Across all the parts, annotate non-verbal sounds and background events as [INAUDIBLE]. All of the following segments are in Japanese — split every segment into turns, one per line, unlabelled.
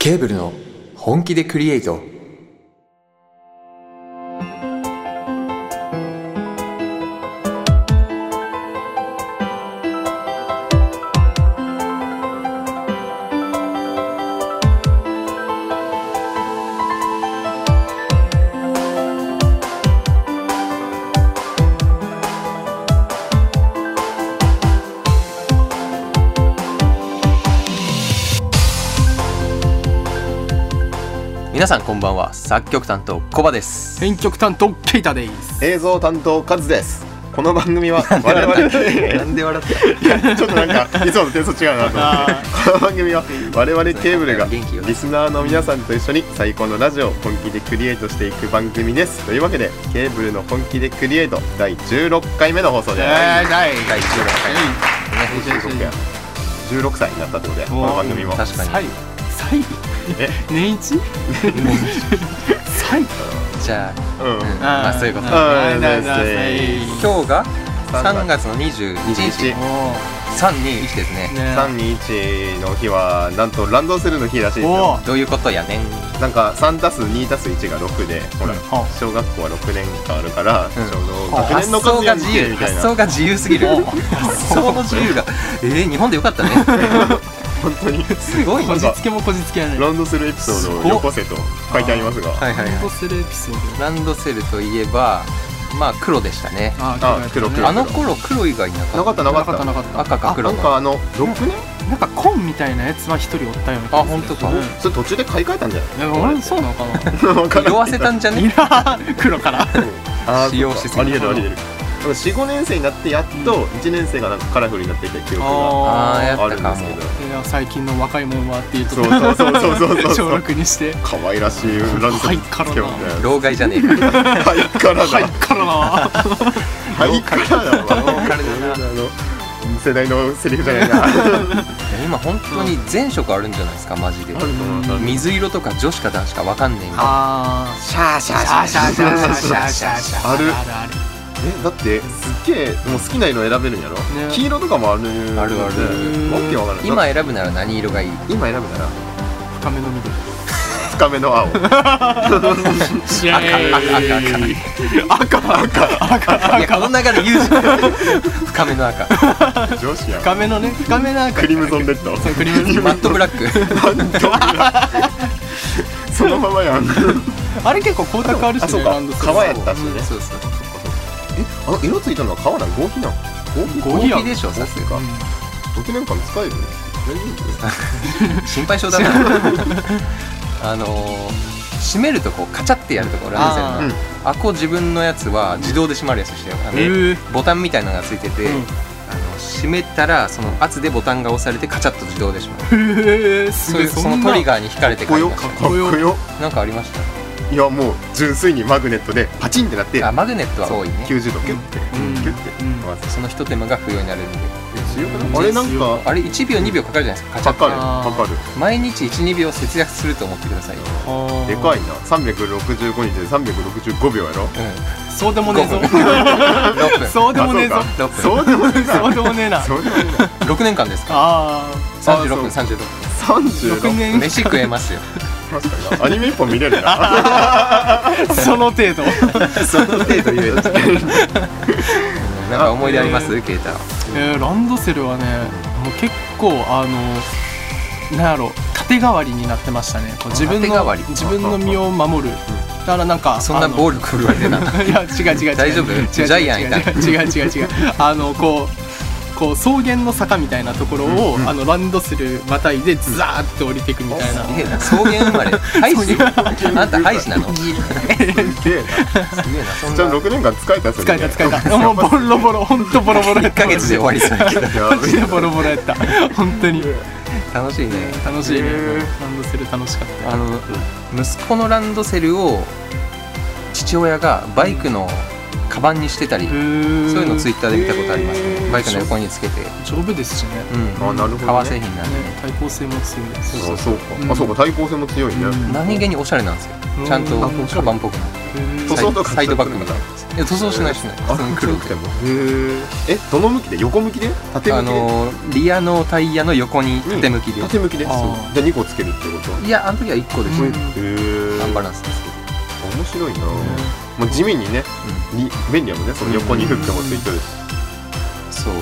ケーブルの本気でクリエイト皆さんこんばんは作曲担当コバです
編曲担当ケイタです
映像担当カズですこの番組は我々ち
んで笑って
ょっとなんかいつもと点数違うなと思ってこの番組は我々ケーブルが
元気よ
リスナーの皆さんと一緒に最高のラジオを本気でクリエイトしていく番組ですというわけでケーブルの本気でクリエイト第16回目の放送です、
ない
第16
ー
16や16歳になったってことでこの番組も
回確かに
サイサイ
え
年一サイ
じゃ
うん
あ、うんまあそういうこと
ん
ないないないない
今日が
三
3月の21日
21
321ですね
ね
321の日はなんとランドセルの日らしいです
お
よ
ー
どういうことやねん
なんか3たす2たす1が6でほら、
うんはあ
小学校は6年間あるから、ちょうど
はあ
学
発
年の
想
数
が
が
自
自
由
由みたい
発
な
想が自由すぎる発想の自由がえー、日本でよかったね
本当に
すごいね
こ
は
じつけもこじつけやね
ランドセルエピソードをよこせと書いてありますが
いはい
ラ
は
ンドセルエピソード
いランドセルといえばまあ黒でしたね
あー
黒黒
あの頃黒以外なか
な
っ
かったな
なか
か
っ
ったた
なかった
た赤か
な
黒
ん
の
かあの6年
なんかコンみたいなやつは一人おったよね
あ本当か
うんい
それ途中で買い替えたんじゃない
や俺そうなのかな
[LAUGHS] わかんない
色あせたんじゃ
い
ね
や黒から
あー
使用しすぎ
ありえるありえる45年生になってやっと1年生がなんかカラフルになってきた記憶が
ああ
あ
や
あ
った
るん
か
です
も
けど
ーいや最近の若いもんはっていうと
そうそうそうそうそう
[LAUGHS] 小
そう
6にして
可愛らしいランドセルつけようみたいな
老害じゃねえか
はいからだ
はいからな
はいからだわあの世代のセリフじゃない [LAUGHS] な
今本当に全色あるんじゃないですかマジで
あると思う
水色とか女子か男子かわかんねえみたいな
あ
シャーシャ
ーシャーシャーシャーシャーシャーシャー
ある
あるある
えだってすっげえもう好きな色選べるんやろ、黄色とかもある
あるある
わけわからない
今選ぶなら何色がいい
今選ぶなら
深めの緑
深めの青 [LAUGHS]
シェー
いやこの流れ言うじゃん [LAUGHS] 深めの赤
女子やん
深めのね深めの赤
クリムゾンレッド
そうクリムゾン
マットブラック
そのまま [LAUGHS] やん
あれ結構光沢あるし
あそう
ね
か
ランドセル
革やったし
うん
ね
そうそう
えあの色ついたのは革なん合皮なの合皮
ゴリ
合
ラ
皮でしょさすが
6年間使える大丈
心配性 [LAUGHS] だなあのー閉めるとこうカチャってやるとこランドセルの
あ
あ,、
ー
うん
こ自分のやつは自動で閉まるやつしてよあの
えー
ボタンみたいなのがついてて、
うん
あの閉めたらその圧でボタンが押されてカチャッと自動で閉まる
へーす
そ
ご
うい
いう
そのトリガーに引かれて
夫
書
か
い
ってこ
ま
よかっ
し
こよ
たなんかありました
いやもう純粋にマグネットでパチンってなって
あマグネットは多いね
90度キュッて
うん
キュッて
うん
回す
そのひと手間が不要になるんで
強くないあれなんか
あれ1秒2秒かかるじゃないですかカチャッと
かかる
やる
あー
かかる
毎日12秒節約すると思ってくださいよ
あー
でかいな365日で365秒やろ
う
そうでもねえぞ
ゴん6分 [LAUGHS]
そうでもねえぞ
あ
6分
そうでもねえな
そうでもねえな
そうでもねえな
6年間ですか
あ
36分
あ
36
ー
36
6
年
分
年
飯食えますよ [LAUGHS]
確かになアニメ一本見れるな
その程度
その程度言えるなんか思い出ありますケイタ
えーランドセルはねもう結構あのなんやろ縦代わりになってましたねこう自分
縦代わ
の
り
自分の身を守るだからなんか
そんな
あの
暴力振るわれてな
[LAUGHS] いや違う違う違
[LAUGHS]
う
大丈夫
違う違う
ジャイアンいた
違う違う違う違うあのこうこう草原の坂みたいなところを、あのランドセルまたいでザーッて降りていくみたいな、
[LAUGHS]
[LAUGHS]
すげえな草原生まれハイジ [LAUGHS] あんたハイジなのすげ
すげえ
えなそ
なんじゃあ
な
6年間使えたそれ
疲れた疲れたもうボロボロ本当ボロボロ
1 [LAUGHS]
やった
ヶ月で終わりそうやけど
や
マ
べ
ジでボロボロやった本当に
楽しいね
楽しいね
へー
ランドセル楽しかった
あの息子のランドセルを父親がバイクのカバンにしてたり、
そう
そう
い
いうのツイッターで見たことありますね、
へー
バイクの横につけて、
丈夫ですしねね
うん、
あなるほど、ね、
革製品なんでね
耐抗性も強いです
あそうか、
うん
あそうか対抗性も強いね、
うん
何気におしゃれなんですよ
うん
ちゃんと
あ
カバンっぽくなって
塗
サ
装
イ
とか
サイドバッグみたいなや塗装しないしない
あ
普通に
黒
黒
く
く
て
て
もへええどの向きで横向きで縦向きで、
あのーリアのタイヤの横に
うん
縦向きで、
縦向きでそう
あ
じゃ
ー
あ2個つけるってこと
いやあの時は1個でした、
うん
へ
アンバ
え
ランスですけど
面白いな、もう地味にね、に便利やもんねその横にフックもついてるし、
そう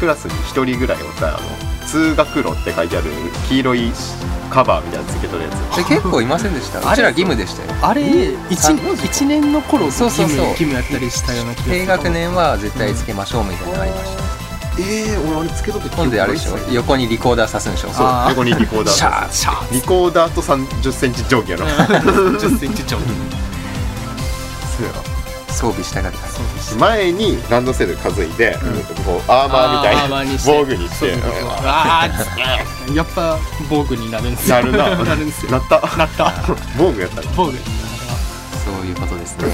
クラスに1人ぐらいおったらあの通学路って書いてある黄色いカバーみたいなのつけとるやつ
で結構いませんで [LAUGHS] した
あ
う
れ
ちら義務でしたよ
あれ
三
1, 一年の頃義
そう
務
そうそう
義務やったりしたような気がする
低学年は絶対つけましょうみたいなのありました、
ええ俺あれつけとって
今度あれでしょ横にリコーダーさすんでしょ
そう
あー
横にリコーダ
[LAUGHS] シ
ー
ャーシャー
リコーダーと3 0センチ定規やろ
10センチ超
そうやな
装備したがるから
前にランドセル担いで、
ん
こうアーマーみたい
あーアーマー
な
にして
防具にして
あーやっぱ防具になるんですよ
なるな
なるんですよ
なった
なった
[LAUGHS] 防具やったな
防具
そういうことですね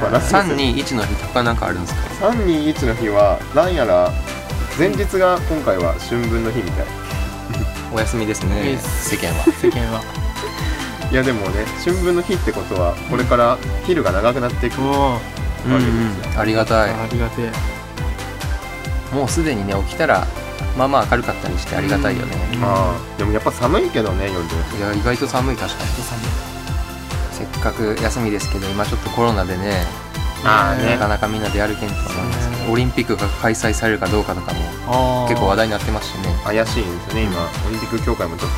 まあランドセル
321の日他なんかあるんですか
321の日はなんやら前日が今回は春分の日みたい
お休みですね
で
世
す
間は
世間はい
やでもね春分の日ってことはこれから昼が長くなっていく
おー
うんうんありがたい
ありがてえ
もうすでにね起きたらまあまあ明るかったりしてありがたいよね、
うん
あーでもやっぱ寒いけどね夜で
いや意外と寒い確かにせっかく休みですけど今ちょっとコロナでね
あーね
なかなかみんな出歩けんとは思うんですけ
そうね
どオリンピックが開催されるかどうかとかも
あー
結構話題になってますしね
怪しいんですよね今オリンピック協会もちょっと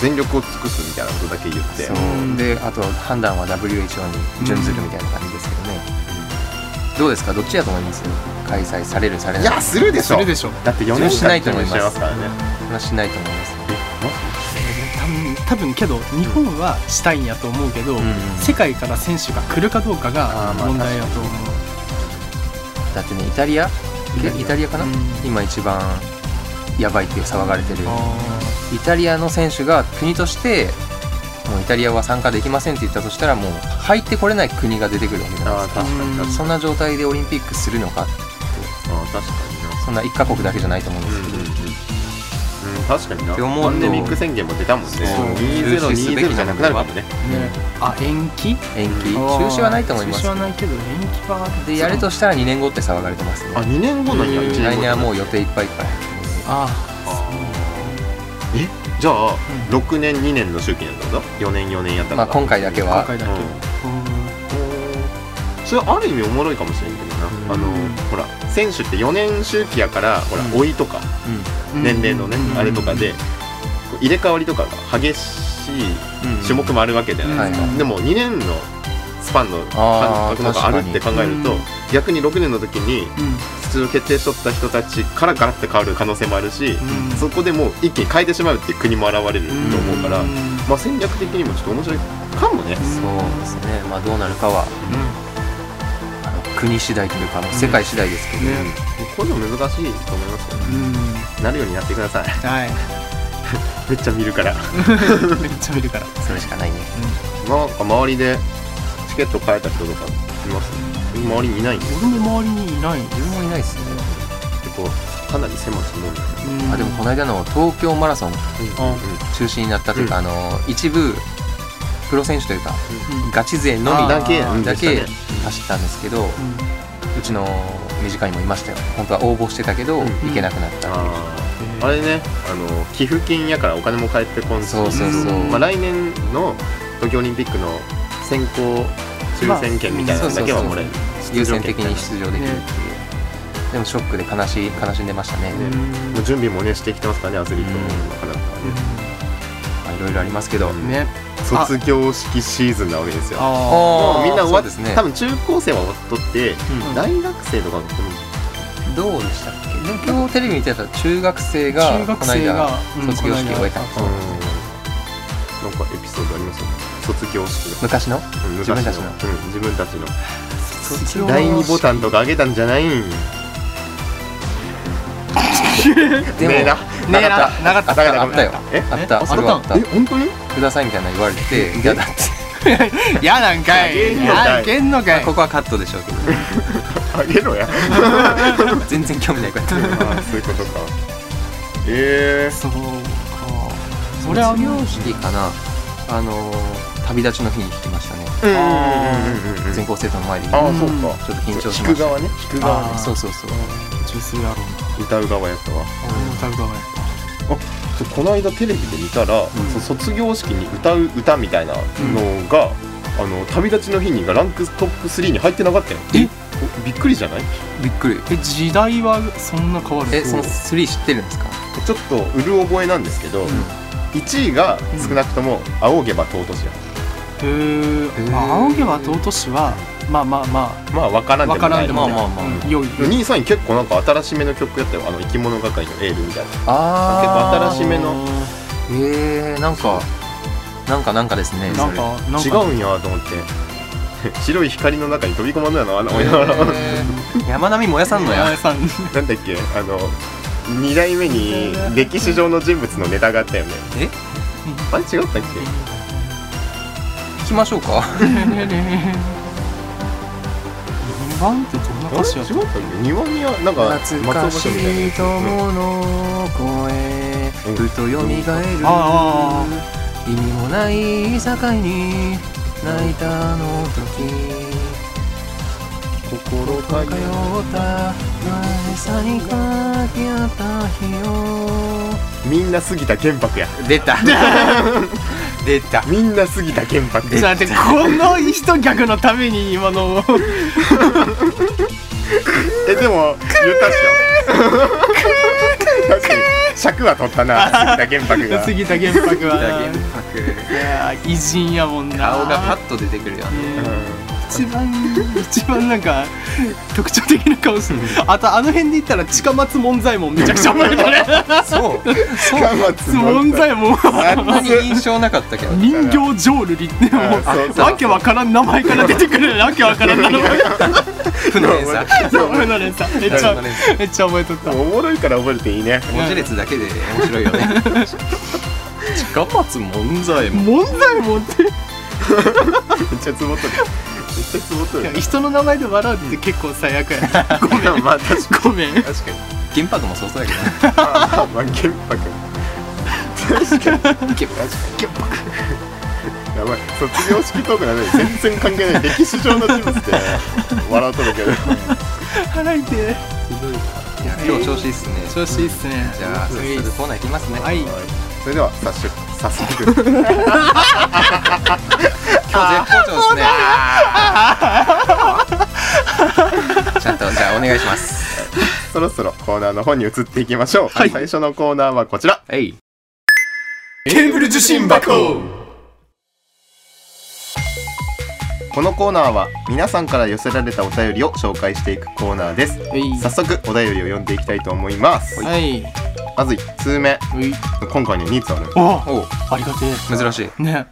全力を尽くすみたいなことだけ言って
そ
うん
うであとは判断は WHO に準ずるみたいな感じですけどね、どうですかどっちだと思います開催されるされ
い
ない
やするでし
そ
ょ
れでしょ
だって4年
しな
間
いと思います
一緒にますからね
はしないと思います
多分多分けど日本はしたいんやと思うけど、
んうん
世界から選手が来るかどうかが
あーまあ
問題やと思う、
だってねイタリア
イタリア
イタリアかな、
うん
今一番やばいって騒がれてる
あ
イタリアの選手が国としてもうイタリアは参加できませんって言ったとしたらもう入ってこれない国が出てくるわけじゃない
あ
で
あ
す
確
か
かに確かに
そんな状態でオリンピックするのか
ああ確かにな
そんな1カ国だけじゃないと思うんですけど、
うん、確かにな
って思うと
パンデミック宣言も出たもんね
そう
2020じゃなくなるかも
ー
ね
ねあ延期
延期
あー
中止はないと思います
中止はないけど延期はある
でやるとしたら2年後って騒がれてますね
あ2年後なんや
うん
1年後
来年はもう予定いっぱいいっぱい
あ
あーえじゃあ、
うん
6年2年の周期なんだろ4年4年やった
ま
から、
あ今回だけ
今
は
回だけ、
うん
う
それある意味おもろいかもしれんけどな、
うん
あのほら選手って4年周期やからほら、
うん
老いとか
ん
年齢のね、
うん
あれとかでこう入れ替わりとかが激しい
うん、うん
種目もあるわけじゃない
はいはい
でも2年のスパンの
あ
感
ー
覚のがあるって考えると
確
逆に6年の時に
うん
出場決定しとった人たちからガラッて変わる可能性もあるし、
うん
そこでもう一気に変えてしまうっていう国も現れると思うから、
ん
まあ、戦略的にもちょっと面白いかもね。
そうですねまあどうなるかはあの国次第というかもう世界次第ですけど、
ね
こういうの難しいと思いますよね。
うん
なるようにやってください。
はい
めっちゃ見るから。
めっちゃ見るから
それしかないね
なんか周りでチケット変えた人とかいます周りにいないんで
俺も周りにいないんで
自分もいないですね
結構かなり狭きもんだね。
うん
あでもこの間の東京マラソン
あ
中止になったというか、
う
あの一部プロ選手というか
うん
ガチ勢の
あ
み
ー
だ
だけ
だ
う
け
ん
走ったんですけどう
うん
ちの身近にもいましたよ本当は応募してたけど
うん
行けなくなったっていう
あーあれねあの寄付金やからお金も返ってこんし
そうそうそう、
うん
まあ、来年の東京オリンピックの選考抽選券みたいなのだけはもらえる、
優先的に出場できるっていう、
ね
でもショックで悲しい悲しんでましたね、
ねもう準備もねしてきてますからねアスリートの方々はね、
まあ、いろいろありますけど、
うん
ね
卒業式シーズンなわけですよ
あ
あー
もうみんな終
そ
わ
う
っ
ですね
多分中高生は終わっとって、
うん
大学生とかのこの時
どうでしたっけでも今日テレビ見てたら中学生
あ
が
中学
この
生
間
がうん
卒業式を終えた
この
期、
間
なんかエピソードありますよね卒業式の
昔の
うん
自分たちの
昔うん自分たちの
卒業
第2ボタンとかあげたんじゃないん
でも
ねえな
ねえな
なかった
なかった
あったよ
え
あった
え
それはあった
え本当に
くださいみたいなの言われて
え
いやだって
やなんかい
あげんのかい
やけんのかい
ここはカットでしょうけど
あげろや
全然興味ないから
あそういうことかえ
そうかそれは
卒
も
業
う
式かなあのー旅立ちの日に弾きましたね
えー、
あ
うんうんうんうん
全校生徒の前でちょっ
ああそうか
と緊張しま
弾
した
く側ね弾く側
あ
ね
そうそうそう
女性やろう
歌う側やったわ
な歌う側や
ちょこの間テレビで見たら、その卒業式に歌う歌みたいなのが、あの旅立ちの日にがランクトップ3に入ってなかったよ
え
おびっくりじゃない
びっくり
え時代はそんな変わる
えその3知ってるんですか
ちょっとうる覚えなんですけど、1位が少なくとも「仰げば尊し」
へーまあ
へー
仰げば尊しはまあまあま
まあ分から
あ
んで
わ
も
か
な
らん
い
で
ま
も
あ
ね
まあまあまあ
うん良い
2位3位結構なんか新しめの曲やったよあの生き物係のエールみたいな
あ
結構新しめの
えー、なんかなんかなんかですね
なんかなん
違
か
うんやと思って [LAUGHS] 白い光の中に飛び込まんのやなあの
そ
思
れ
いながら
えー山並み燃やさんの
八重
や
さん
[LAUGHS] なんだっけあの2代目に歴史上の人物のネタがあったよね
え
あれ違ったっ
聞きましょうか
2番ってどんな
けあれ
歌詞
違
や
っ
った
たっけ庭にはなんか松
懐か
尾
し
芭
い
蕉みたいな
友の声
うん
ふとよみがえる
あー
意味もない境に泣いたあの時
心
通
か
った前さにかき合った日
みんな過ぎた玄白や
を出 [LAUGHS] た出た
みんな過ぎた玄白
ちょっと待ってこの一客のために今の
えでも言ったっし [LAUGHS] ょ確かに尺は取ったな過ぎた玄
[LAUGHS]
白が
杉田玄白
原
は
爆
いやー偉人やもんな
顔がパッと出てくるよね
ね
う
一番一番なんか特徴的な顔してるあとあの辺で言ったら近松門左衛門めちゃくちゃ覚えてる
そうそ
ん
う
近
[LAUGHS]
松
門左衛門は
あんまり印象なかったけ [LAUGHS] ど
人形浄瑠璃っても
あそう
う
そう
わけわからん名前から出てくるわけわからん名前
負の連 [LAUGHS] 鎖
そう俺の連鎖めっち
負
ゃ
の連鎖
めっちゃ覚えとった
おもろいから覚えるていいね
文字列だけで面白いよね近松門左衛
門左衛門って
めっちゃつぼっとるめっちゃつぼっとる
人の名前で笑うって結構最悪やなごめん
まあ確か
ごめん
確かに原爆もそうそうやけどね
にまあまあ玄白
原爆
やばい卒業式トークなのに全然関係ない歴史上の人物って笑うとるけど
腹いて
いや今日調子いいっすね
調子いいっすね
じゃあ早速コーナーいきますね、
はい
今
それでは早速早
日
速
絶好調ですね [LAUGHS] ちゃんとじゃあお願いします
そろそろコーナーの方に移っていきましょう、
はい
最初のコーナーはこちら
はい
ケーブル受信箱
このコーナーは皆さんから寄せられたお便りを紹介していくコーナーです
はい
早速お便りを読んでいきたいと思います、
はい
まず1通目
はい
今回ね2通ある
お
おう
ありがて
珍しい
えね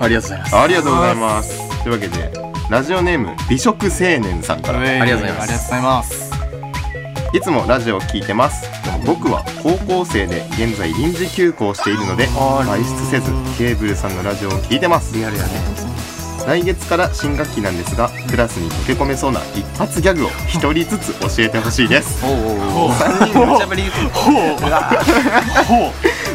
ありがとうございま
ありがとうございますというわけでラジオネーム美食青年さんから
ありがとうございます
ありがとうございます
いつもラジオを聞いてます僕は高校生で現在臨時休校しているので
あら
外出せずケーブルさんのラジオを聞いてます
リアルやね
来月から新学期なんですがクラスに溶け込めそうな一発ギャグを一人ずつ教えてほしい
[LAUGHS]
です
おうおうおう
おう
3人無茶ぶり言ってる
ほうほう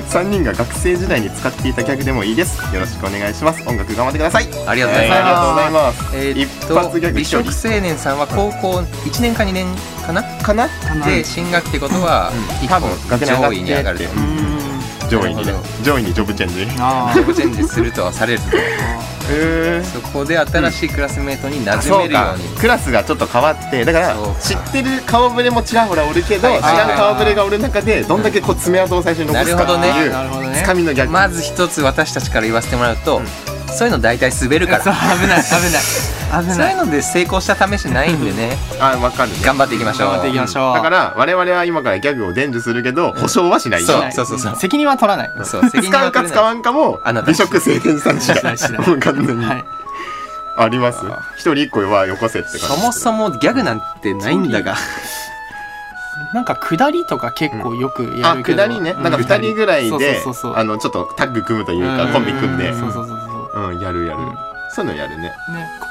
3人が学生時代に使っていたギャグでもいいですよろしくお願いします音楽頑張ってください
ありがとうござい
ありがとうご
ま
ざいます
すえー
一発ギャ
っと
グ
美
一人
食青年さんは高校1年か2年かな
かな
で進学ってことは多
多
分
分学年上
上
がって
位に上がると
って
うん
上位にね
なるほ
上位にジョブチェンジ
あ
ジョブチェンジするとはされると
え
そこで新しいクラスメートに馴染
あそ
め
う
るよ
か
うに
クラスがちょっと変わってだから
そうか
知ってる顔ぶれもちらほらおるけど
は
知
いはいはい
らん顔ぶれがおる中でどんだけこう爪痕を最初に残すかって
な
いう
るほどね
つかみのギャグ
まず一つ私たちから言わせてもらうと、そういうの大体滑るか
あ [LAUGHS] そう
ら
危ない危ない危
そう
ない
いうので成功した試しないんでね
あわかる
頑張っていきましょう
頑張っていきましょう
だから我々は今からギャグを伝授するけど保証はしない
そ
しない
そうそうそうん
責任は取らない
そう責任
使う
は
か
取れ
使
ない
わんかも
あなた
美食青年さん次
しないし
第
ない
もう完全
[LAUGHS]
に
はい
あります一人一個はよこせって感じ
そもそもギャグなんてないんだが
なんか下りとか結構よくや
あ
るけど
下りねなんか二人ぐらいで
そうそうそうそう
あのちょっとタッグ組むという
う
か
ん
コンビ組んで
そうそうそうそう
うん、やるやる、
うん
そういうのやるね
ね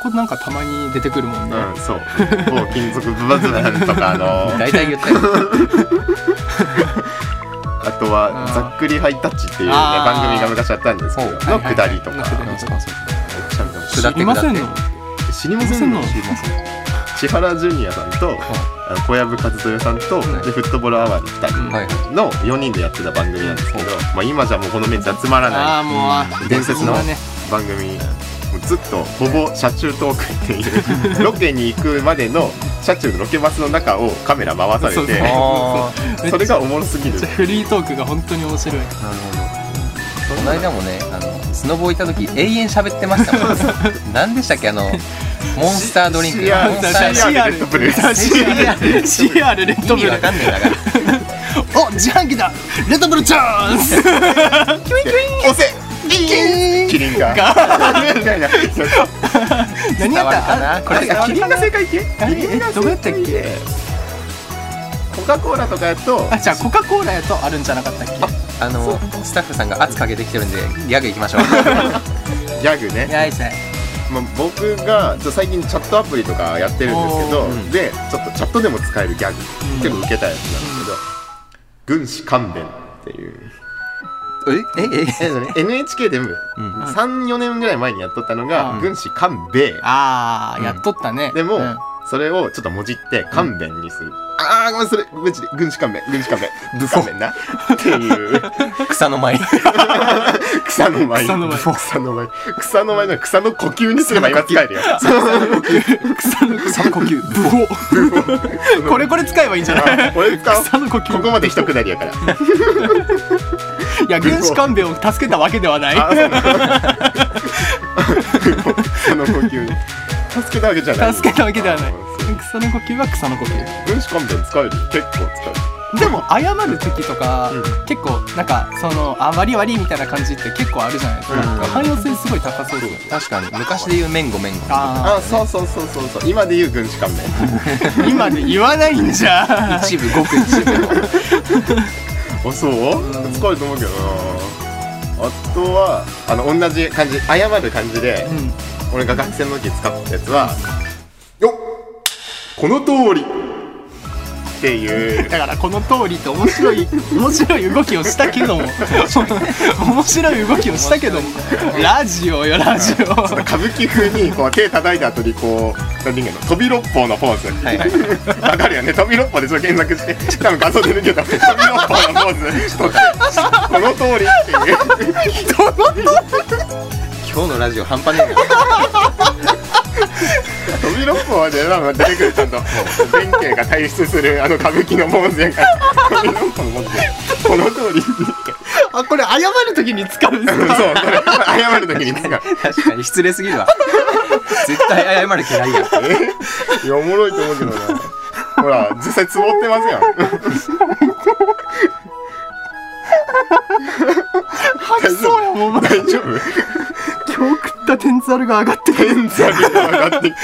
ここなんかたまに出てくるもんね、
うんそう某金属ブバズバンとかあの
大体言った [LAUGHS] よ
あとは「ざっくりハイタッチ」っていう、ね、
あー
番組が昔あったんですけど
そ
のくだりと
はいはい
か
はい
下って
いませんの
知りませんの
知り
千原ジュニアさんとあの小籔和豊さんと、
ん
でフットボールアワーの2人
うん
はい
の4人でやってた番組なんですけど、まあ、今じゃもうこのメンツ集まら
あ
な
あもうあ
伝説
そん
の
なね
い番組もうずっとほぼ車中トークっていうロケに行くまでの車中のロケバスの中をカメラ回さ
そうそう
れて
あ
それがおもろすぎ
めっ
る
ちゃフリートークが本当に面白
[LAUGHS]
い
なるほどこの間もねあのスノボ行った時永遠喋ってました [LAUGHS] もんね何でしたっけあのモンスタードリンクモン
シアル
スタードリンク
シアルレッド
意
[LAUGHS] CR CR レッドブ
ブル
味
ル
わかんねえんだから
お自販機だレッドブルチャンス
押せキリンがみたいな
[LAUGHS] 何
伝
やっ
わるか
た
なこれ
いやキリンが正解系
あれ
キリンが
えどこやったっけ
正解でコカ・コーラとかやと
あじゃあコカ・コーラやとあるんじゃなかったっけ
あのスタッフさんが圧かけてきてるんでギャグ行きましょう
ギャグね
やいせ
まあ、僕がちょっと最近チャットアプリとかやってるんですけど、
ー
お
うん
でちょっとチャットでも使えるギャグ、
うん
結構ウケたやつなんですけど「軍師勘弁」っていう
[LAUGHS] えええ
えっとね NHK でも
うん
34年ぐらい前にやっとったのが
う
「
ん
軍師勘弁
あ
う
ー
ん
やっとったね」
でも、
うん
それをちょっともじって「勘弁」にする、ああごめんそれマジで軍師勘弁軍師勘弁
嘘
勘弁なっていう
草の [LAUGHS] 前
[LAUGHS] 草の舞
草の舞
草の舞草の舞の草の呼吸にすれば今使えるよ
草の草の呼吸ブホこれこれ使えばいいんじゃない
あ俺使おう
草の呼吸
ここまで一くだりやから
いや軍師官兵衛を助けたわけではない
あ [LAUGHS] そうなのその呼吸助けたわけじゃない
助けたわけではない
あそう
草の呼吸は草の呼吸
分子勘弁使える結構使える
でも謝る時とか、
うん
結構なんかそのあ悪い悪いみたいな感じって結構あるじゃないですか、
うん
汎用性すごい高そうですよね
確かに昔で言うメンゴメンゴ
あ
あそうそうそうそうそう今で言う分子勘弁
あ今で言わないんじゃ
一部ごく一部の
あそう使えると思うけどなあとはあの同じ感じ謝る感じで、
うん
俺が学生の時使ったやつは「よっこの通り!」っていう
[LAUGHS]
だからこの通りって面白い面白い動きをしたけども面白い動きをしたけどもラジオよラジオ
ちょっと歌舞伎風にこう手叩いた後にこう何ていうの飛び六方のポーズ
はいはい
わかるよね飛び六方でちょっと検索して多分画像で出てるけど飛び六方のポー
[LAUGHS]
ズとかこの通りっていう
今日のラジオ半端ねえな
[LAUGHS] 飛び六方で多分出てくるちゃんと弁慶が退出するあの歌舞伎のポーズやから飛び六方のポーズでこの通りって
あこれ謝るときに使うんで
そ
す
う
か
それ謝る時に使う
確かに失礼すぎるわ絶対謝る気ないよ
いやおもろいと思うけどなほら実際つぼってますやん
吐きそうやもんお前
大丈夫
今日食った天ざるが上がってくる
天才が上がってくる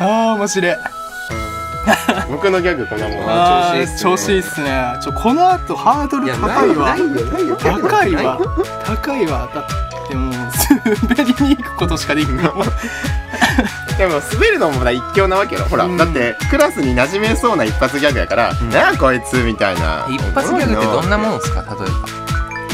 ああ面白い
僕のギャグこんなもん
あ
あ
ー
ー調子いいっすねちょこのあとハードル高いわ高いわ高いわだってもう滑りに行くことしかできない
でも滑るのもまだ一強なわけよほら、
うん
だってクラスに馴染めそうな一発ギャグやから、
ん
なあこいつみたいな
一発ギャグってどんなものですか例えば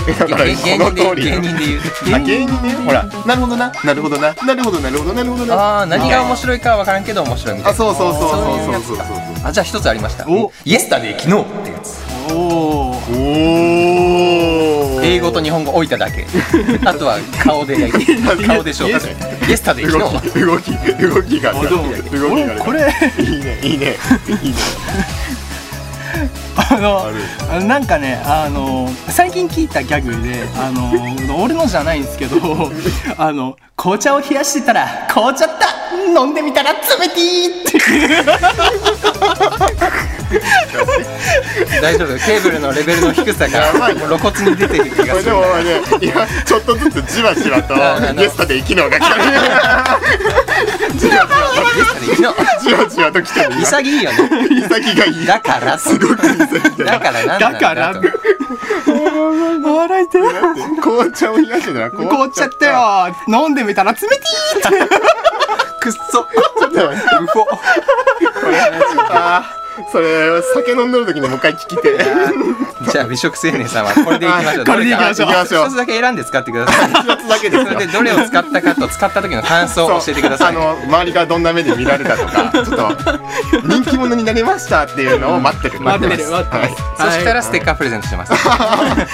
えだからこ
芸
の
人で
通り
芸
よ
人で言う
あ芸人ねほらなるほどななるほどななるほどなるほどなるほどな
ああ何が面白いかは分からんけど面白いみたい
あ
な
そうそうそう
そういう
そ
や
う
つ
そうそうそう
あじゃあ一つありました
お
イエスタデイ昨日ってやつ
おお
おお
英語と日本語置いただけあとは顔で顔でしょうかイエスタデイ昨
動
日
き動き動きが
あでも
動きが
これ
いいねいいねいいね
あの
ある
あのなんかねあの最近聞いたギャグであの [LAUGHS] 俺のじゃないんですけどあの紅茶を冷やしてたら紅茶だ飲んでみたら冷てぃっていう
大丈夫ケーブルのレベルの低さ
やば
が
い
もう露骨に出てる気
こ
が
れ
す
で
る
もねいやちょっとずつじわじわと
ああの
ゲストで生きの
[LAUGHS]
が来てる
イエスタデイ昨 [LAUGHS] 日
じわじわと来てる
潔いよね
潔がいい
だから
すごく潔い
だからなんなん
だから
と
笑いて
紅茶を冷やしてたら
凍っちゃったよ飲んでみたら冷てぃって
くっそ
ちょっと待って
うほ
あーそれ酒飲んでる時にもう一回聞きて
[LAUGHS] じゃあ美食青年さんはこれでいきましょう
[LAUGHS] これでいきましょう
いきましょう
一つだけ選んで使ってください
一つだ
[LAUGHS]
けです
それで
よ
どれを使ったかと使った時の感想を
そう
教えてください
あの周りがどんな目で見られたとかちょっと人気者になりましたっていうのを待ってる
待って
ま
る
す
待ってます
そしたらステッカープレゼントします、
はい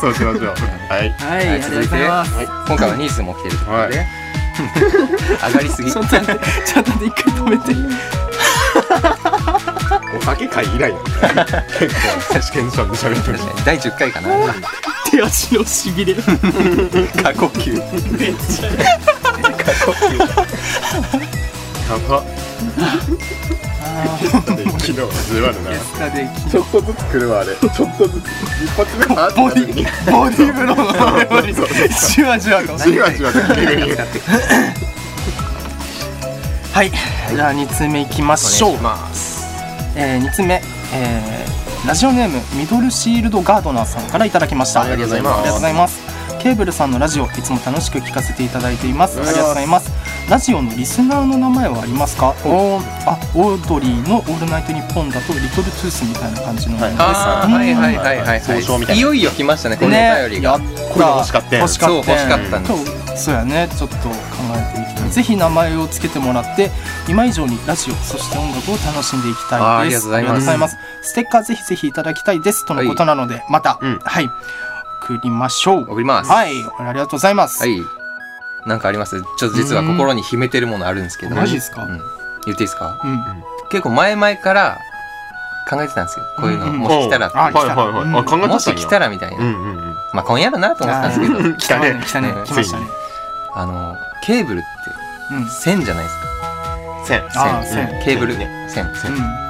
そうしましょうはい
はい
は
あ
い
りがとうございます
今回はニースも来てるということで、[LAUGHS]
は
上がりすぎ
ちょっと待ってちょっと待って一回止めて
お酒会以来だね [LAUGHS] 結構テンションで喋ってる
確かに第10回かな
手足のし [LAUGHS] びれ
過呼吸
めっちゃ
やば昨日はずるわるな
ゲスタで
ちょっとずつ来るわあれちょっとずつ一発目か
ボディ [LAUGHS] ボディブローの
[LAUGHS] そうそう
じわじわと
じわじわと来るよ
はいじゃあ2通目いきましょうえー、2つ目、えーラジオネームミドルシールドガードナーさんからいただきました
ありがとうございます
ありがとうございますケーブルさんのラジオいつも楽しく聞かせていただいています
あ
あ
り
りが
がと
と
う
う
ご
ご
ざ
ざい
い
ますラジオのリスナーの名前はありますかおーあオードリーの「オールナイトニッポン」だと「リトルトゥース」みたいな感じの名前です、
あーはいはいはいはい、
総称みたい
い
な
よいよ来ましたねこの
ね
お便り
や
が、
った
これ欲しかったよ
欲しかった
そう欲しかったんです
そうそうやねちょっと考えていきたいぜひ名前をつけてもらって今以上にラジオそして音楽を楽しんでいきたいです
あーありがとうございます
ありすステッカーぜひぜひいただきたいですとのことなので、また、
うん
はい送りましょう
送ります
はいありがとうございます、
はいなんかありますちょっと実は心に秘めてるものあるんですけど
マジですか
うん言っていいですか
うん
結構前々から考えてたんですよこういうの、
うんうん
もし来たらっていう
あ
はいはいはい、あ考えとったんや
もし来たらみたいな、
うんうんうん
まあ今夜やろなと思ってたんですけど
来たね
来たね
うん
来ましたね
あのケーブルって
うん
線じゃないですか
せん
あー
線
線
ケーブル、
ね
線線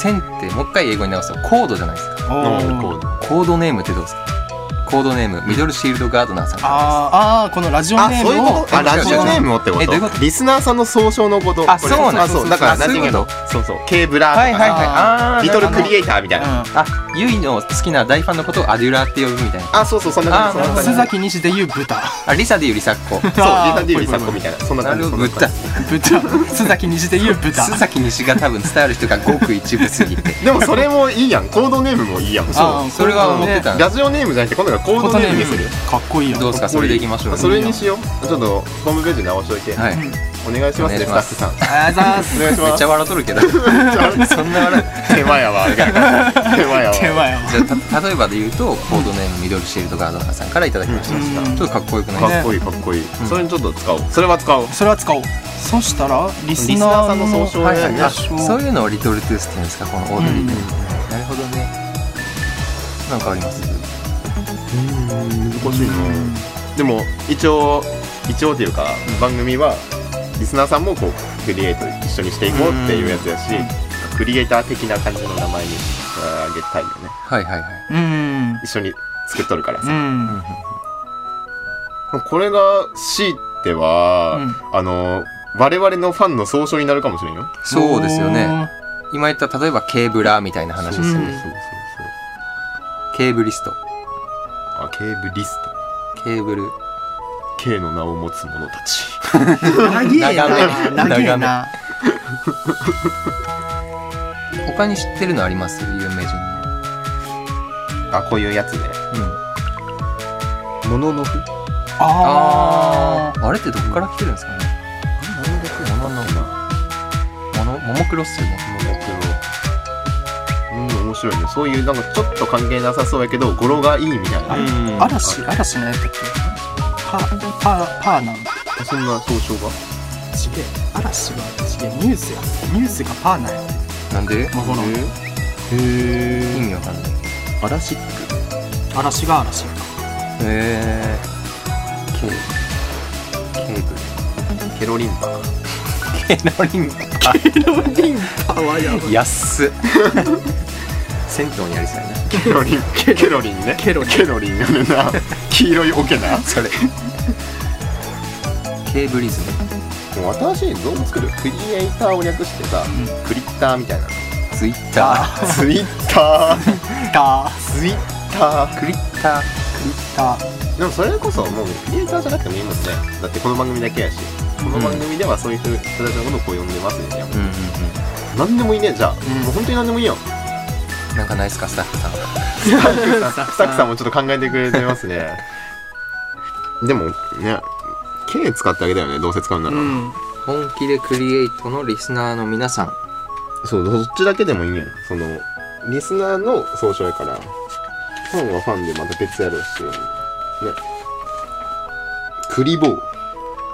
線ってもう一回英語に直すとコードじゃないですか
うん、おー
こう
コードネームってどうですかコードネームミドルシールドガードナーさん
あーあーこのラジオ
あ
ネー
そういう
ムを
ことあラジオネームをってこと
えどういうこと
リスナーさんの総称のこと
あそうなんだ
あそうだから
あ
ラ
そうい
ジ
う
オ
こと
のそうそうケーブラーとか
はいはいはい
あ
あー
リトルクリエイターみたいな
うん
あゆいの好きな大ファンのことをアデュラーって呼ぶみたいな
あそうそうそんな感じ
あー
そんな
須
感じ
崎西で言う豚
あリサでゆりさっ [LAUGHS] こ
そうリ
あ
サ
ー
ディウリサコみたいなそんな
な
感じ
る
そ
ほど
んな
豚
感じ
豚須崎西で言う豚
須崎西が多分伝わる人がごく一部すぎて
でもそれもいいやんコードネームもいいやん
あー
それは思ってたんで
ラジオネームじゃなくて今度はコードネームにする
かっこいいやん
どうすかそれでいきましょう
それにしようちょっとホームページ直しといて
[LAUGHS] はい
うん
お願いしますね
お願いし
スタッフ
ます
さん
ありがとうございます
お
[LAUGHS] めっ
願いしま
ち
す
ゃ笑っとるけどそんな笑う
手
[LAUGHS]
間やわ手間やわ
手前は
じゃあた例え [LAUGHS] ばで言うとコードネームミドルシールドガードナーさんからいただきました、
うん
ちょっとかっこよくないです
かっこいいかっこいい
ん
それにちょっと使おうそれは使おう
それは使おうそしたらリス
リスナー
ナ
さ
ー
んの
の
総称
はい
だ
は
よ
い
ね
あそういうのをリトルトゥースって言うんですかこのオードリーって、なるほどねなんかあります
難しいなでも一応一応っていうか番組はリスナーさんもこうクリエイト一緒にしていこうっていうやつやしクリエイター的な感じの名前にしてあげたいよね
はいはいはい
うん
一緒に作っとるから
う
さ
ん
これが強いてはあの我々のファンの総称になるかもしれんよ
そうですよね今言った例えばケーブラーみたいな話ですよね、
そう
ケーブリスト
あケーブリスト
ケーブル
K の名を持つ者たち
長め
長め
長えな
他に知ってるのあります有名人
あこういうやつね
うん
もののふ
あ
あれってどっから来てるんですかねもののふものももクロっすよね
うん面白いねそういうなんかちょっと関係なさそうやけど語呂がいいみたいな、
あ
うん
嵐嵐のやつだっけパパパーなんだ
あそんな総称が
ちげえ嵐はちげえニュースやニュースがパーなんや
なんで
まあほら
意味わかんない
嵐
嵐が嵐か
へえケーケーブ
ケロリンパか
ルケロリンパ
パワーや
安っ銭湯にありそうやな
ケロリンケロリンねケロリンケロリンやねんな黄色いオケな
それケーブリズム
もう新しいのどう作るクリエイターを略してさ、クリッターみたいな
ツイッタ
ツイッター
だ
ツイッター
クリッター
た
でもそれこそもうクリエイターじゃなくてもいいもんねだってこの番組だけやしこの番組ではそういう人たちのことをこう呼んでますね、
うんうん
何でもいいねじゃあ、もう本当に何でもいいよ
うんなんかないっすかスタッフさん
スタッフさんもちょっと考えてくれてますね [LAUGHS] でもね K 使ってあげたよねどうせ使うな
う
ら、
ん
本気でクリエイトのリスナーの皆さん
そうどっちだけでもいいねそのリスナーの総称やからファンはファンでまた別やろうしねクリボー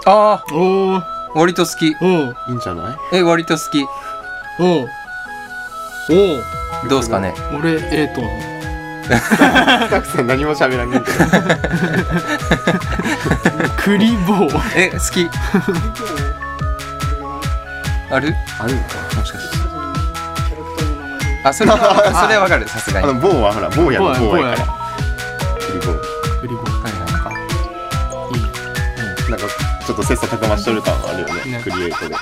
ああ
おー
割と好き
おー
いいんじゃ [LAUGHS] ない
え割と好き
おーおー
どうっすかね
俺ええと
スタッフさん何も喋らんけど
クリボー
え好 [LAUGHS] きある
あるのか
もしかしてあ [LAUGHS] それはそれはわかるさすがに
あ
はい
のボーはほらボーやの
ボーや
ボーやからクリボー
クリボー
はい
いい
なんかちょっと切磋琢磨しとる感はあるよね
ね
クリエイトでク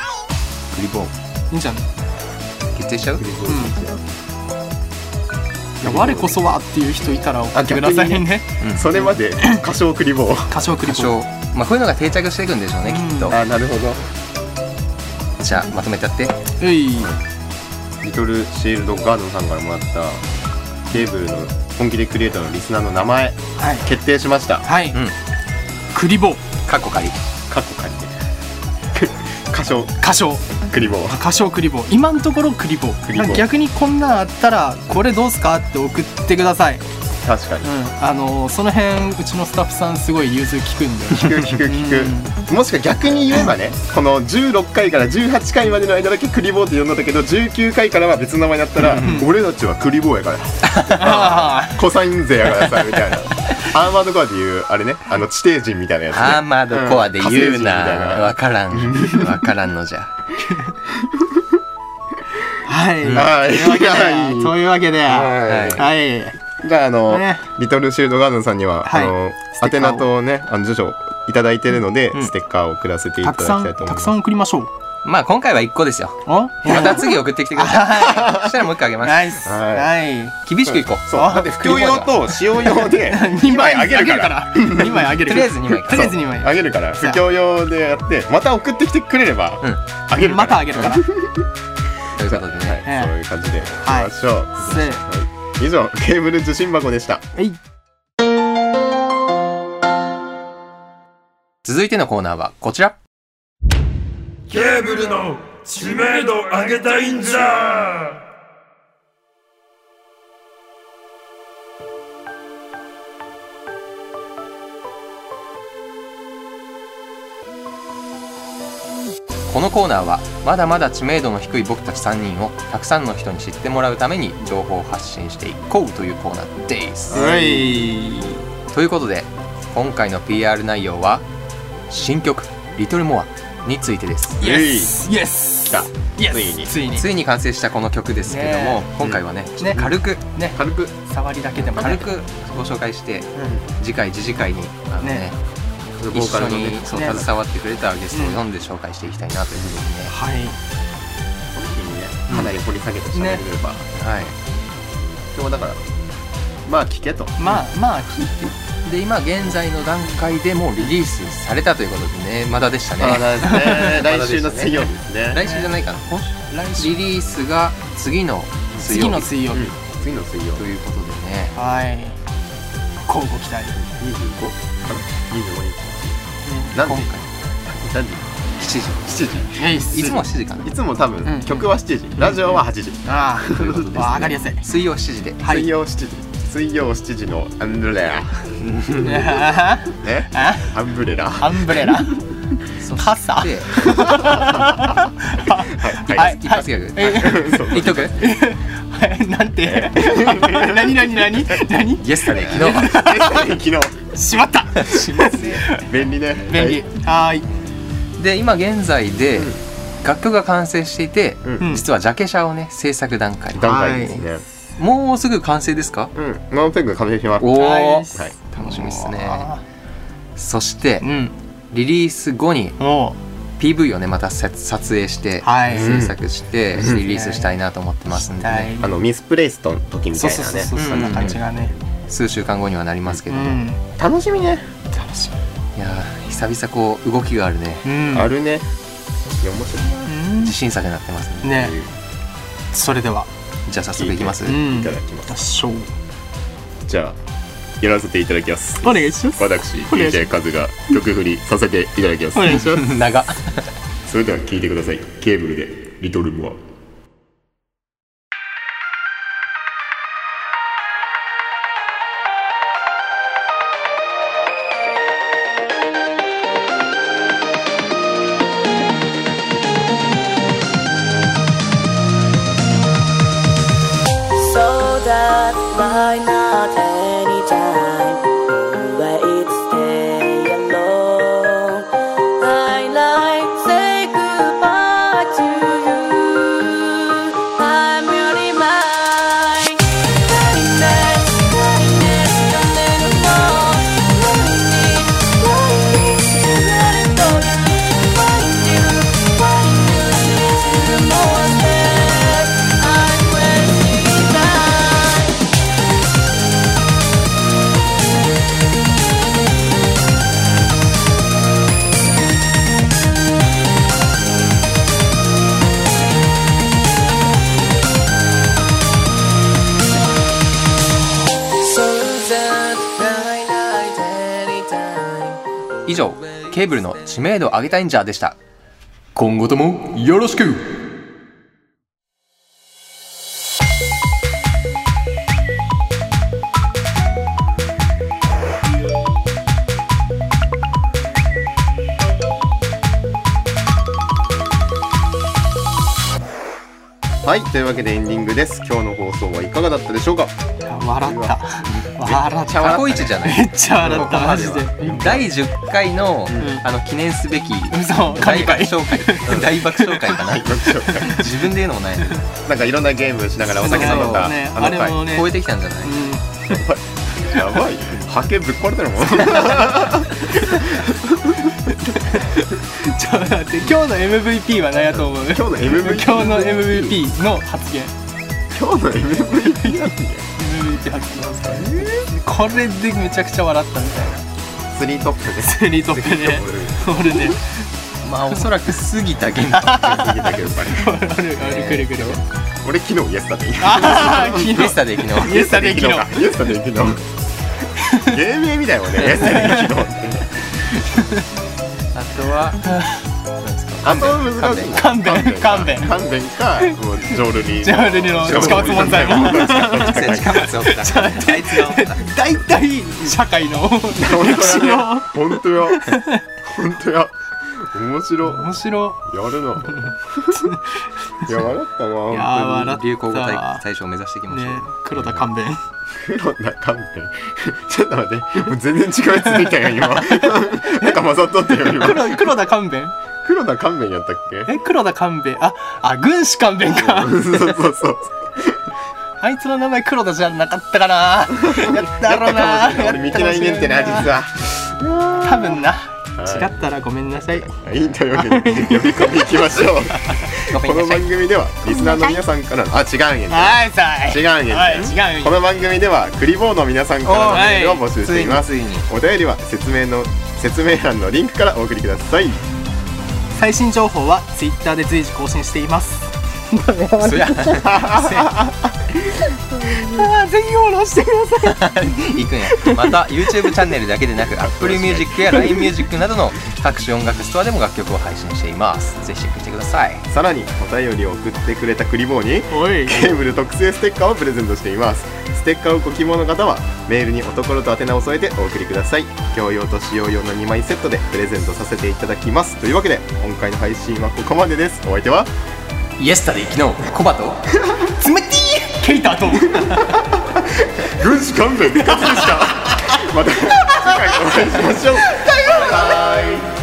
リボー
いいんじゃない
決定しちゃう
クリボー、
いや我こそはっていう人いたら送ってください
あ逆に
ね
それまで歌唱クリボー
歌唱クリ
多
ボー
少まあこういうのが定着していくんでしょうねきっと
[LAUGHS] あなるほど
じゃあまとめてやって
うい
リトルシールドガードンさんからもらったケーブルの本気でクリエイターのリスナーの名前
はい
決定しました
はい、
うん
クリボー
カッコ仮
過去 [LAUGHS] 借りて歌唱
歌唱
クリボー
歌唱クリボー今のところクリボー
クリボー
逆にこんなんあったらこれどうすかって送ってください、うん、
確かに
あのーその辺うちのスタッフさんすごい融通聞くんで
聞く聞く聞くもしくは逆に言えばねこの16回から18回までの間だけクリボーって呼んだんだけど19回からは別の名前になったら俺たちはクリボーやから
あ
コサイン勢やからさみた
[LAUGHS]
いなアーマードコアでいうあれねあの地底人みたいなやつね
アーマードコアで言うな
うん火星人みたいな
わからんわからんのじゃ
ーはい、
はい
というわけで
はい
というわけでは
はい
い、
じゃああの、
ね
リトルシールドガードンさんには、
はい
あの
ステッカ
宛
ーを
名とねあの住所をいただいてるので、
うん
ステッカーを送らせていた
た
だ
くさ
きた
ん
いと思い
た
ま
く
す
さん送りましょう
まあ今回は1個ですよ
[LAUGHS]
あ
また次送ってきてくだ [LAUGHS] さいそしたらもう一個あげます
ナイス
はい
はい
厳しくいこう
そうだって不況用と使用
[LAUGHS]
用で
2
2枚あげるから
ら2枚あげる
とり
か
あ
ら
えず2枚
とりあえず2枚
あげるから不
そう
況用でやってまた送ってきてくれれば、
うん
あげるか
ま
ら
たあげるから
ということでね、
はいそういう感じでいきましょう、
せー
はい以上ケーブル受信箱でした
はい
続いてのコーナーはこちら
ケーブルの知名度上げたいんじゃ
このコーナーはまだまだ知名度の低い僕たち3人をたくさんの人に知ってもらうために情報を発信していこうというコーナーです。
はい
ということで今回の PR 内容は新曲「リトルモアについてです。
イエスイエス
来た
イエ
ついに
スついに
ついに完成したこの曲ですけども、
ね
今回はね、
ね
軽く
ね
軽く
触りだけでもね
軽くご紹介して次回次次回にあのね
ね
一
ボーカ
緒
ルの
に
ね
そう
ね
携わってくれたゲストを
うん
読んで紹介していきたいなというふうにね、
はい
この時にねかなり掘り下げてしゃべれれば、
はい、
今日だからまあ聞けと
まあまあ聞いて
で今現在の段階でもうリリースされたということでねまだでしたね
あだ
[LAUGHS]
ね来週
まだでした
の
ね
水曜日ですね
来週じゃないかな今
来
週リリースが次の水
次
曜
の
日
水曜日
うん次の水曜
ということでね
はい乞うご期待
25かな25日
今
何
回
時何時
7
7時
イエ
時い
ス
つもは7時かない
つも多分、
うん
曲は7時ラジオは8時、
ああ
という
[LAUGHS]
ことですね
わかりやすい
水曜7時で
はい
水曜7時水曜7時のアンブレラね
[LAUGHS] あ
アンブレラは
アンブ [LAUGHS] レラ
そ
傘
して
は
いはい
一発ギャグ
え
そう [LAUGHS]
言っとく
えなんて [LAUGHS] 何何何何
イエスタデイ昨日
昨日
しまったしませ
便利ね
便利
は
は
い
ーい
で今現在で楽曲が完成していて、
うん
実はジャケ写をね制作段階
段階です
もうすぐ完成ですか
ねうんノンペグ完成します
おお、
ナイス
はい
楽しみっすね
あ
そして
ーうん
リリース後に
おう
PV をねまた撮撮影して、
はい
制作して
うん
リリースしたいなと思ってますんで、
は
ね
い
あのミスプレイストの時み
そ
た
うそ
い
う
な
そう
ね
そう
うん
そんな感じがね
数週間後にはなりますけ
う
れど、
ん
楽しみね、
楽し
いやー久々こう動きがあるね
みうん
あるねいや面白
うん
自信作になってますね
ね
い
それでは
じゃあ早速いきます、
うん
いただきます、
しょう
じゃあやらせていただきます
お願いします
私
お願いし
DJ カズが曲振りさせていただきます
お願いしま
長っ
それでは聴いてくださいケーブルでリトルモア
So that by not any time where it stay alone. I like say goodbye to you. I'm really mine. Happiness, happiness, and then fall. Running, running, running, running, running, running, running, running, running. I'm waiting time. So that night, night, anytime.
以上ケーブルの知名度上げたいんじゃでした今後ともよろしく
はいというわけでエンディングです今日の放送はいかがだったでしょうか
笑った笑っ
茶
た
箱市じゃない
めっちゃ笑ったマジで
第10回の,、
ん
あの記念すべき
嘘
大
神
爆
回
笑会大爆笑会かな [LAUGHS] 自分で言うのもないね
[LAUGHS] なんかいろんなゲームしながらお酒飲んだ、
そうね
あの
あれも
回
ね
超えてきたんじゃない
うん
やばい波形ぶっ壊れてる [LAUGHS] もん
ちょっと待って今日の MVP は何やと思う今
今日の MVP
今日の MVP の発言
今日の MVP なんで
MVP 発言これでめちゃくちゃ笑ったみたいな
スリートップで
スリートップ
スリ
ね
ートップ
俺ね
まあおそらく杉田玄太
過ぎたけどやっぱり
俺俺くるくる
俺昨日 [LAUGHS] イエスだって
ああ昨日
ゲスタで昨日
イエスタで昨日
イエスだって昨日芸名みたいもんねイエスだって昨日
あとはなんですか
あとは難しい
勘弁勘弁
勘弁かもうジョールリー
ジョールリーの近松門左衛門
[LAUGHS] 近松岡田あいつが岡田
大体社会の
本
歴史
当や
の
ね本当や本当や面白
面白
やるないや笑ったないい
やー笑った
流行語大
わ
大賞を目指していきまし
ね
ょう、
黒田勘弁
黒な観点ちょっと待ってもう全然違うやつできたよ今なんか混ざっとったよ今
黒黒田勘弁
黒田勘弁やったっけ
え黒田勘弁ああ軍師勘弁か
そうそうそう
あいつの名前黒田じゃなかったかな
[LAUGHS]
やったろうな
やったかもしれない俺見てないねんってな実は
多分な
はい
違ったらごめんなさい
いいというわけで呼び込みいきましょう
ごめ
こ
んな
の
さ
番
い
組ではリスナーの皆さんからのあ違うんやね
はいさあ
違うんやね
はい違うんや
この番組ではクリボーの皆さんからのメールを募集し
つ
て
いに
います
ついに
お便りは説明の説明欄のリンクからお送りください
最新情報は Twitter で随時更新しています
そりゃ
[LAUGHS]
あーぜひフォローしてください
行くんやまた YouTube チャンネルだけでな [LAUGHS] く AppleMusic や LINEMusic などの各種音楽ストアでも楽曲を配信していますぜひチェックしてください
さらにお便りを送ってくれたクリボーに
おい
ケーブル特製ステッカーをプレゼントしていますステッカーをご希望の方はメールにおところと宛名を添えてお送りください共用と使用用の2枚セットでプレゼントさせていただきますというわけで今回の配信はここまでですお相手は
イエスタで昨日コバと [LAUGHS]
冷てぃケイターと
軍師 [LAUGHS] 勘弁勝つでしたまた次回お会いしましょうバイバイ